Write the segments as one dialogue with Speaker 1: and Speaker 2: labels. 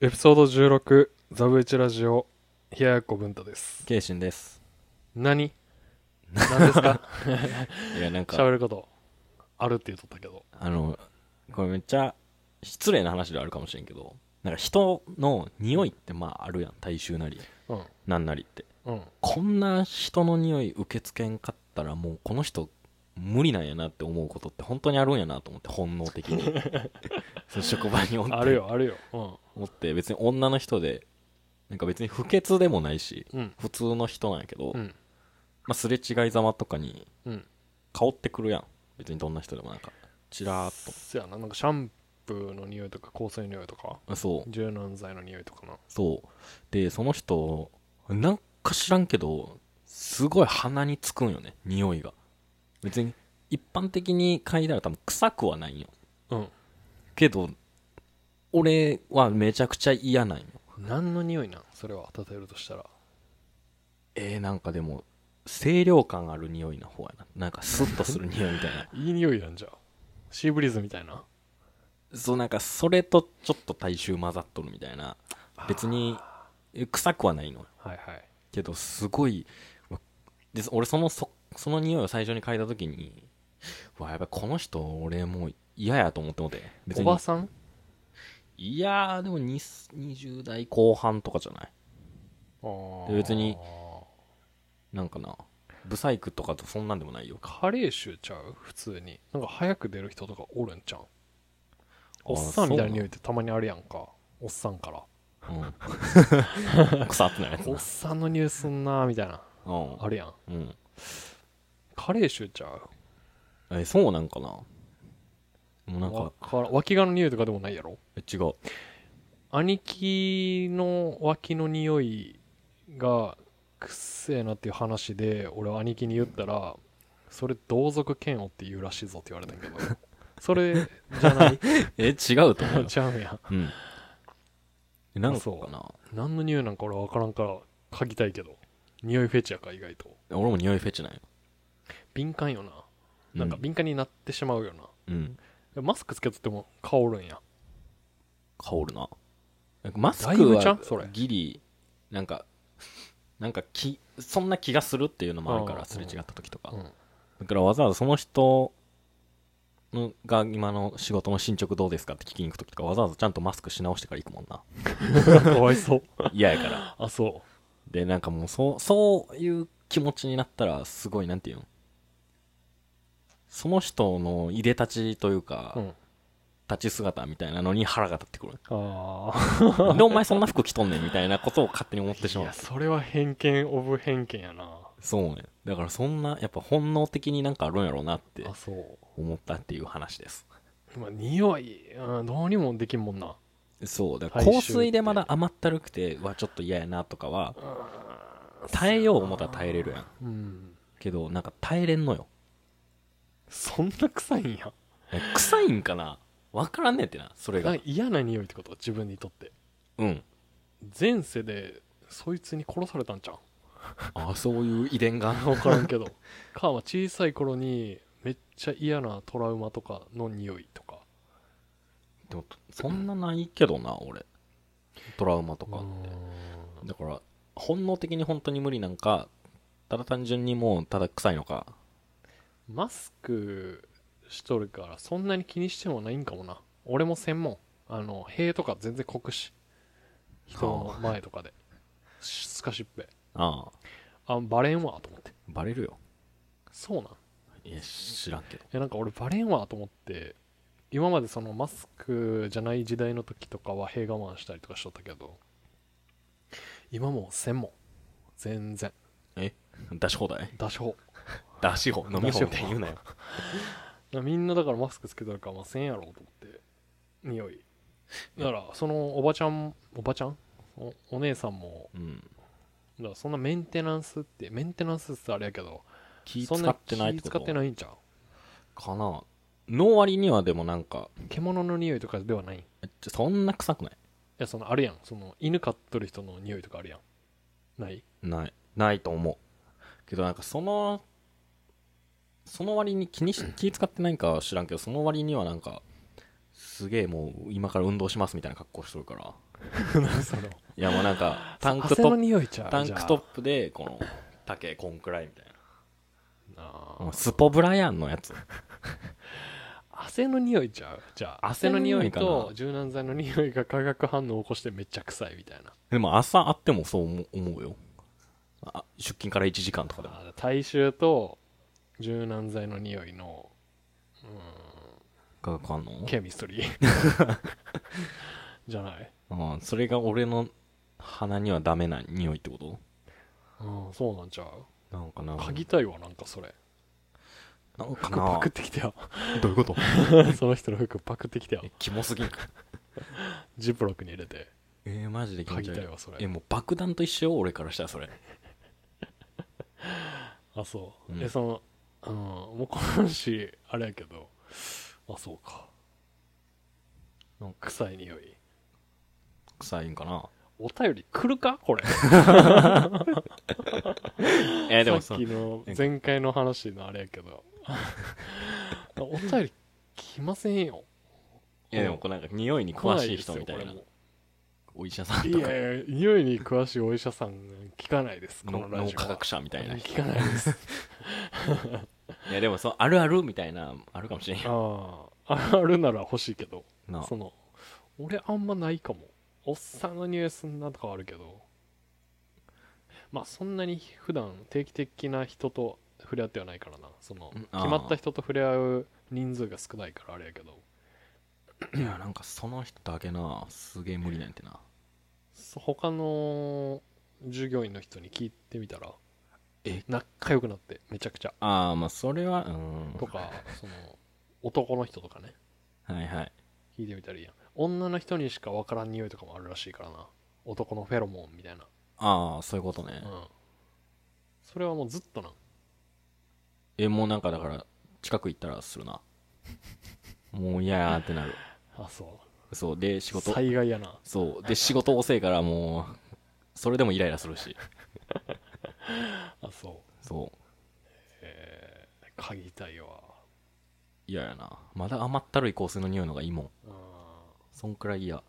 Speaker 1: エピソード16ザブエチラジオ冷ややっこ文太です
Speaker 2: ケイシンです
Speaker 1: 何何ですか
Speaker 2: いやなんか
Speaker 1: 喋ることあるって言っとったけど
Speaker 2: あのこれめっちゃ失礼な話ではあるかもしれんけどなんか人の匂いってまああるやん大衆なり
Speaker 1: うん
Speaker 2: なんなりって
Speaker 1: うん
Speaker 2: こんな人の匂い受け付けんかったらもうこの人無理なんやなって思うことって本当にあるんやなと思って本能的 にそう職場におって
Speaker 1: あるよあるよう
Speaker 2: おって別に女の人でなんか別に不潔でもないし
Speaker 1: んうん
Speaker 2: 普通の人なんやけど、
Speaker 1: う
Speaker 2: ま
Speaker 1: ん
Speaker 2: あ、すれ違いざまとかに
Speaker 1: うん
Speaker 2: 香ってくるやん別にどんな人でもなんかチラーっと
Speaker 1: そやななんかシャンプーの匂いとか香水の匂いとか
Speaker 2: あそう
Speaker 1: 柔軟剤の匂いとかな
Speaker 2: そうでその人なんか知らんけどすごい鼻につくんよね匂いが別に一般的に嗅いだら多分臭くはないんよ
Speaker 1: うん
Speaker 2: けど俺はめちゃくちゃ嫌なんよ
Speaker 1: 何の匂いなんそれは例えるとしたら
Speaker 2: えー、なんかでも清涼感ある匂いの方やななんかスッとする匂いみたい な
Speaker 1: いい匂いなんじゃシーブリーズみたいな
Speaker 2: そうなんかそれとちょっと体臭混ざっとるみたいな別にえ臭くはないの
Speaker 1: はいはい
Speaker 2: けどすごいうわで俺そのそその匂いを最初に嗅いだ時にうわやばいこの人俺もう嫌やと思ってもて
Speaker 1: お
Speaker 2: 別に
Speaker 1: ばさん
Speaker 2: いやーでもに20代後半とかじゃない
Speaker 1: あー
Speaker 2: で別になんかなブサイクとかとそんなんでもないよ
Speaker 1: 加齢臭ちゃう普通になんか早く出る人とかおるんちゃう
Speaker 2: あー
Speaker 1: おっさんみたいな匂いってたまにあるやんかおっさんから
Speaker 2: うん腐ってないやつ
Speaker 1: お
Speaker 2: な
Speaker 1: っさんの匂いすんなーみたいな
Speaker 2: うん
Speaker 1: あるやん
Speaker 2: うん
Speaker 1: 加齢臭ちゃう
Speaker 2: えそうなんかなもうなん
Speaker 1: わ
Speaker 2: か
Speaker 1: から脇がの匂いとかでもないやろ
Speaker 2: え違う
Speaker 1: 兄貴の脇の匂いがくっせえなっていう話で俺は兄貴に言ったらそれ同族嫌悪って言うらしいぞって言われたんやけどそれじゃない
Speaker 2: え違うと思うよ
Speaker 1: ちゃうやん
Speaker 2: うんえなんか
Speaker 1: そう
Speaker 2: な
Speaker 1: 何の匂いなんか俺は分からんから嗅ぎたいけど匂いフェチやから意外と
Speaker 2: 俺も匂いフェチなんよ
Speaker 1: 敏感よななんか
Speaker 2: う
Speaker 1: 敏感になってしまうよな、
Speaker 2: うん
Speaker 1: でもマスクつけとっても香るんや
Speaker 2: 香るななんかマス
Speaker 1: だいぶ
Speaker 2: ク
Speaker 1: ちゃ
Speaker 2: は
Speaker 1: うそれ
Speaker 2: ギリなんかなんかきそんな気がするっていうのもあるか
Speaker 1: あ
Speaker 2: ら
Speaker 1: あ
Speaker 2: すれ違った時とか、
Speaker 1: うん
Speaker 2: だからわざわざその人のが今の仕事の進捗どうですかって聞きに行く時とかわざわざちゃんとマスクし直してから行くもん な
Speaker 1: かわいそう
Speaker 2: 嫌やから
Speaker 1: あそ
Speaker 2: でなんかもうそうそういう気持ちになったらすごいなんていうのその人のいでたちというか、
Speaker 1: ううん
Speaker 2: 立ち姿みたいなのに腹が立ってくる
Speaker 1: ああ
Speaker 2: なんでお前そんな服着とんねんみたいなことを勝手に思ってし
Speaker 1: い
Speaker 2: まう
Speaker 1: やそれは偏見オブ偏見やな
Speaker 2: そうね。だからそんな、やっぱ本能的になんかあるんやろうなって
Speaker 1: あそう
Speaker 2: 思ったっていう話です。
Speaker 1: まあ匂い、うん、どうにもできんもんな
Speaker 2: そう。だから
Speaker 1: 体臭
Speaker 2: 香水でまだ甘ったるくて、うわ、ちょっと嫌やなとかは、耐えよう思ったら耐えれるやん。
Speaker 1: うん
Speaker 2: けど、なんか耐えれんのよ。
Speaker 1: そんな臭いん や
Speaker 2: え臭いんかなわからんねんってな、それ
Speaker 1: な
Speaker 2: が
Speaker 1: ん。か嫌な匂いってこと自分にとって
Speaker 2: うん。
Speaker 1: 前世でそいつに殺されたんちゃう
Speaker 2: あそういう遺 伝が。
Speaker 1: 分からんけどかまあ小さい頃にめっちゃ嫌なトラウマとかの匂いとか
Speaker 2: でもそんなないけどな、俺。トラウマとか
Speaker 1: う
Speaker 2: っ
Speaker 1: ん
Speaker 2: て。だから本能的に本当に無理なんかただ単純にもうただ臭いのか
Speaker 1: マスクしとるからそんなに気にしてもないんかもな俺も専門あの塀とか全然濃くし人の前とかでスカシッぺ
Speaker 2: ああ
Speaker 1: あバレんわと思って
Speaker 2: バレるよ
Speaker 1: そうなん
Speaker 2: いや知らんけど
Speaker 1: いやなんか俺バレんわと思って今までそのマスクじゃない時代の時とかは塀我慢したりとかしとったけど今もう専門全然
Speaker 2: え出し放題
Speaker 1: 出し方
Speaker 2: 出し放飲み放
Speaker 1: 出し
Speaker 2: 題
Speaker 1: 放
Speaker 2: 言うなよ
Speaker 1: みんなだからマスクつけとるからまあせんやろうと思って匂いだからそのおばちゃんおばちゃんおお姉さんも
Speaker 2: うん
Speaker 1: だからそんなメンテナンスってメンテナンスってあれやけど
Speaker 2: 気
Speaker 1: そ
Speaker 2: 使
Speaker 1: ん
Speaker 2: ってないって
Speaker 1: 気
Speaker 2: こ
Speaker 1: 使
Speaker 2: と
Speaker 1: ってないんちゃう
Speaker 2: かなの割にはでもなんか
Speaker 1: 獣の匂いとかではないい
Speaker 2: そんな臭くない
Speaker 1: やそのあるやんその犬飼っとる人の匂いとかあるやんない
Speaker 2: ないないと思うけどなんかそのその割に気 にし気使ってないんかは知らんけどその割にはなんかすげえもう今から運動しますみたいな格好しとるから
Speaker 1: 何その
Speaker 2: いやもうなん かタンク
Speaker 1: 汗
Speaker 2: ト
Speaker 1: の
Speaker 2: ップ
Speaker 1: 匂いちゃう
Speaker 2: タンクトップでこ の丈こんくらいみたいなもうスポブラヤンのやつ
Speaker 1: 汗の匂いちゃうじゃあ汗
Speaker 2: 汗の
Speaker 1: の
Speaker 2: 匂
Speaker 1: 匂
Speaker 2: い
Speaker 1: い
Speaker 2: かな
Speaker 1: と柔軟剤の匂いが化学反応を起こしてめっちゃ臭いみたいな
Speaker 2: でも朝あってもそう思う思うよあ出勤から1時間とかでも
Speaker 1: あ体臭と柔軟剤の匂いの
Speaker 2: 化学反応
Speaker 1: ケミストリー じゃない
Speaker 2: ああそれが俺の鼻にはダメな匂いってこと
Speaker 1: うんそうなんちゃう
Speaker 2: なんかな
Speaker 1: 嗅ぎたいわなんかそれ
Speaker 2: なんか
Speaker 1: 服パ
Speaker 2: な
Speaker 1: クってきてよ
Speaker 2: どういうこと
Speaker 1: その人の服パクってきてよ
Speaker 2: えキモすぎ んか
Speaker 1: ジップロックに入れて
Speaker 2: えー、マジで気持
Speaker 1: 嗅
Speaker 2: ち
Speaker 1: ぎ
Speaker 2: 悪
Speaker 1: た
Speaker 2: い
Speaker 1: いわそれ
Speaker 2: えもう爆弾と一緒よ俺からしたらそれ
Speaker 1: あそう、
Speaker 2: うん
Speaker 1: えそのうんもうこの話あれやけどあそうか
Speaker 2: なんか
Speaker 1: 臭い匂い
Speaker 2: 臭いんかな
Speaker 1: お便り来るかこれ
Speaker 2: えー、でも
Speaker 1: さ
Speaker 2: さ
Speaker 1: っきの前回の話のあれやけど お便り来ませんよ
Speaker 2: いやでもこうなんか匂いに詳しい人みたいな
Speaker 1: 来で
Speaker 2: お医者さん
Speaker 1: すよ
Speaker 2: と
Speaker 1: こ
Speaker 2: か
Speaker 1: れもいやいや匂いに詳しいお医者さん聞かないですこ
Speaker 2: の
Speaker 1: のラ
Speaker 2: 脳
Speaker 1: ジオは
Speaker 2: 科学者みたいない
Speaker 1: 聞かないです
Speaker 2: やでもそうあるあるみたいなあるかもしれんよ
Speaker 1: あああるなら欲しいけど
Speaker 2: な
Speaker 1: その俺あんまないかもおっさんの匂いすんなとかはあるけどまあそんなに普段定期的な人と触れ合ってはないからなその
Speaker 2: うん
Speaker 1: 決
Speaker 2: あー
Speaker 1: まった人と触れ合う人数が少ないからあれやけど
Speaker 2: いやなんかその人だけなすげえ無理なんてな
Speaker 1: そ他の従業員の人に聞いてみたら
Speaker 2: え
Speaker 1: 仲良くなってめちゃくちゃ
Speaker 2: ああまあそれはうん
Speaker 1: とかその男の人とかね
Speaker 2: はいはい
Speaker 1: 聞いてみたらいいやん女の人にしか分からん匂いとかもあるらしいからな男のフェロモンみたいな
Speaker 2: ああそういうことね
Speaker 1: うんそれはもうずっとなん
Speaker 2: えもうなんかだから近く行ったらするなもう嫌やってなる
Speaker 1: あそう
Speaker 2: そうで仕事
Speaker 1: 災害やな
Speaker 2: そうで仕事遅いからもうそれでもイライラするし
Speaker 1: あそう
Speaker 2: そう
Speaker 1: えー、嗅ぎたいわ
Speaker 2: 嫌やなまだ甘ったるい香水の匂いのがいいもん
Speaker 1: うん
Speaker 2: そんくらい嫌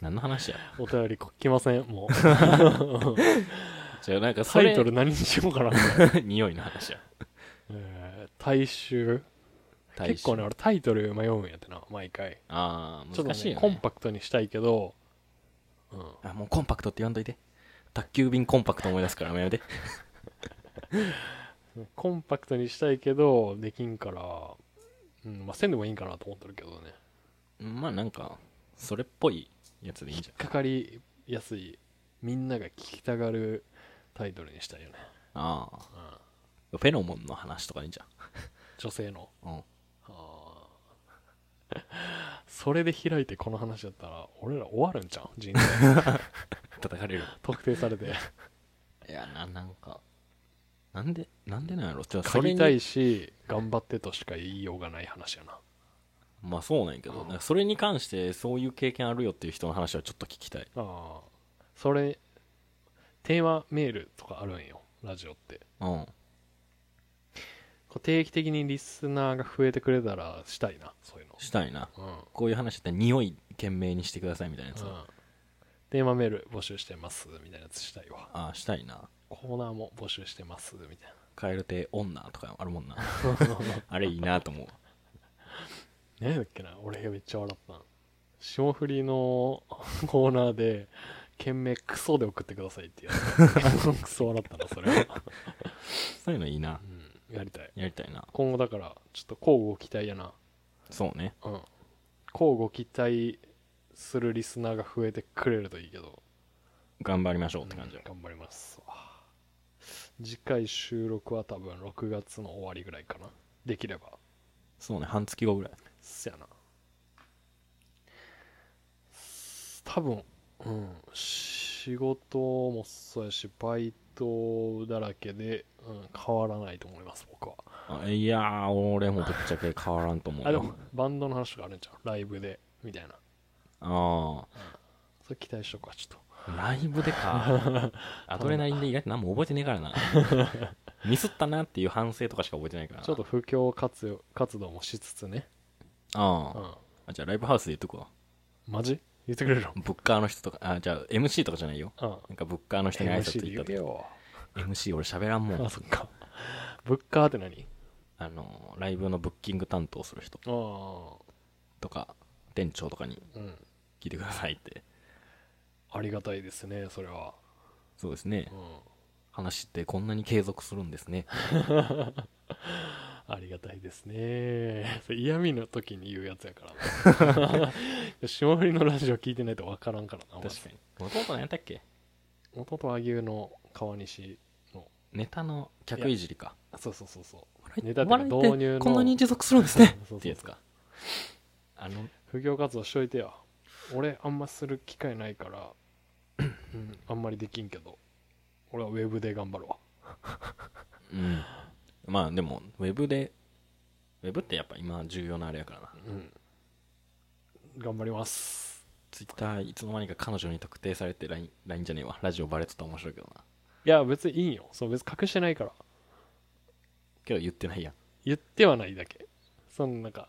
Speaker 2: 何の話や
Speaker 1: お便りこ来ませんもう
Speaker 2: じゃあなんか そ
Speaker 1: タ
Speaker 2: れ
Speaker 1: イトル何にしようかな、
Speaker 2: 匂いの話や
Speaker 1: えー、大衆結構ね
Speaker 2: あ
Speaker 1: 俺タイトル迷うんやってな毎回
Speaker 2: あ
Speaker 1: ち
Speaker 2: ー
Speaker 1: ょっと
Speaker 2: 難しい
Speaker 1: ね
Speaker 2: よ、ね、
Speaker 1: コンパクトにしたいけど、うん、
Speaker 2: あもうコンパクトって言わんといて宅急便コンパクト思い出すからやめて
Speaker 1: コンパクトにしたいけどできんから、うんまあ、せんでもいいんかなと思ってるけどね
Speaker 2: まあなんかそれっぽいやつでいいんじゃ
Speaker 1: 引
Speaker 2: ん
Speaker 1: っかかりやすいみんなが聞きたがるタイトルにしたいよね、
Speaker 2: ああ
Speaker 1: うん、
Speaker 2: フェロモンの話とかいいんじ
Speaker 1: 女性の
Speaker 2: ゃん。うん。
Speaker 1: あーそれで開いてこの話だったら俺ら終わるんちゃう人生
Speaker 2: 叩かれる。
Speaker 1: 特定されて
Speaker 2: いや、な、なんか、なんで、なんでなんやろって
Speaker 1: 借りたい
Speaker 2: に、
Speaker 1: し頑張ってとしか言いようがない話やな
Speaker 2: まあそうなんやけど、なんかそれに関してそういう経験あるよっていう人の話はちょっと聞きたい。
Speaker 1: あーそれテーマメールとかあるんよラジオって
Speaker 2: うん。
Speaker 1: こう定期的にリスナーが増えてくれたらしたいなそういうの
Speaker 2: したいな。
Speaker 1: うん、
Speaker 2: こういう話だって匂い懸命にしてくださいみたいなやつ。
Speaker 1: う
Speaker 2: あ
Speaker 1: ん、テーマメール募集してますみたいなやつしたいわ
Speaker 2: あ、したいな。
Speaker 1: コーナーも募集してますみたい
Speaker 2: カエル亭女とかあるもんな。あれいいなと思う。
Speaker 1: な何だっけな俺がめっちゃ笑ったん霜降りの コーナーで懸命クソで送ってくださいってやつクソ笑ったなそれは、
Speaker 2: そういうのいいな
Speaker 1: う。ん、やりたい
Speaker 2: やりたいな。
Speaker 1: 今後だからちょっと交互期待やな
Speaker 2: そうね。
Speaker 1: うん交互期待するリスナーが増えてくれるといいけど
Speaker 2: 頑張りましょうって感じ
Speaker 1: う
Speaker 2: よ
Speaker 1: ん。頑張ります次回収録は多分6月の終わりぐらいかなできれば
Speaker 2: そうね。半月後ぐらい。
Speaker 1: そやな多分うん仕事もそうやしバイトだらけで、うん、変わらないと思います僕は
Speaker 2: あいやー、俺もぶっちゃけ変わらんと思うよ。
Speaker 1: あでもバンドの話があるんちゃうライブでみたいな
Speaker 2: ああ。
Speaker 1: それ期待しとくわちょっと
Speaker 2: ライブでか。 アドレナリンで意外と何も覚えてねえからな。ミスったなっていう反省とかしか覚えてないからな。
Speaker 1: ちょっと。不況活用活動もしつつね、う
Speaker 2: ああ
Speaker 1: ん、
Speaker 2: あ。じゃあライブハウスで言っとくわ。
Speaker 1: マジ言ってくれる
Speaker 2: ブッカーの人とかあじゃあ MC とかじゃないよ
Speaker 1: の
Speaker 2: なんかブッカーの人に挨拶行った時 MC,
Speaker 1: よ。
Speaker 2: 俺喋らんもん
Speaker 1: あ、そっか。ブッカーって何
Speaker 2: あのライブのブッキング担当する人
Speaker 1: あ
Speaker 2: とか店長とかに
Speaker 1: あ、うん。
Speaker 2: 聞いてくださいって
Speaker 1: ありがたいですね、それは。
Speaker 2: そうですね
Speaker 1: うん。
Speaker 2: 話ってこんなに継続するんですね
Speaker 1: ありがたいですね。 それ嫌味の時に言うやつや から。霜降りのラジオ聞いてないと分からんからな。
Speaker 2: 確かにもともと何やったっけ
Speaker 1: に。元と和牛の川西の。
Speaker 2: ネタの客いじりか
Speaker 1: あそうそうそうそう。
Speaker 2: 笑い
Speaker 1: ネタっていうか
Speaker 2: お笑い
Speaker 1: 導入の
Speaker 2: こんなに持続するんですね
Speaker 1: そうそうそう
Speaker 2: ってやつかあの
Speaker 1: 不業活動しといてや。俺、あんまする機会ない から、うん、あんまりできんけど、俺はウェブで頑張るわ。
Speaker 2: うんまあでもウェブでウェブってやっぱ今重要なあれやからな
Speaker 1: うん。頑張ります。
Speaker 2: ツイッターいつの間にか彼女に特定されて LINE, LINE じゃねえわラジオバレてたら面白いけどない
Speaker 1: や、別にいいんよ。そう、別に隠してないから。
Speaker 2: けど言ってないや
Speaker 1: 言ってはないだけ。そのなんか、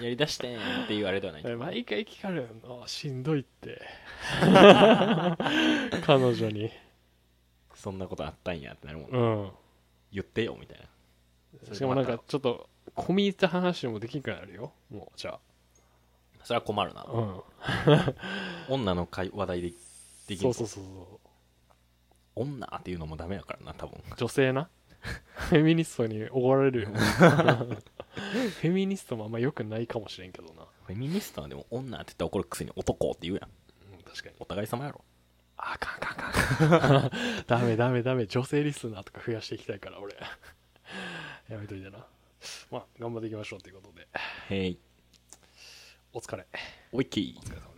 Speaker 2: んやりだしてんっていうあれではない
Speaker 1: 毎回聞かれるのしんどいって 彼女に
Speaker 2: そんなことあったんやってなるもん、
Speaker 1: うん
Speaker 2: 言ってよみたいな
Speaker 1: しかもなんかちょっと込み入った話もできんくなるよもうじゃ
Speaker 2: それは困るな
Speaker 1: あうん
Speaker 2: 女の会話題ででき
Speaker 1: そ
Speaker 2: る
Speaker 1: うそうそうそ
Speaker 2: 女っていうのもダメやからな多分
Speaker 1: う女性な フェミニストに怒られる よフェミニストもあんま良くないかもしれんけどな、
Speaker 2: フェミニストはでも女って言ったら怒るくせに男って言うやん
Speaker 1: うん、確かに
Speaker 2: お互い様やろ
Speaker 1: あかんあかんあ かんあかんダメダメダメ女性リスナーとか増やしていきたいから俺やめといてなまあ頑張っていきましょうということで
Speaker 2: へい
Speaker 1: お疲れ
Speaker 2: おいき
Speaker 1: お疲れ様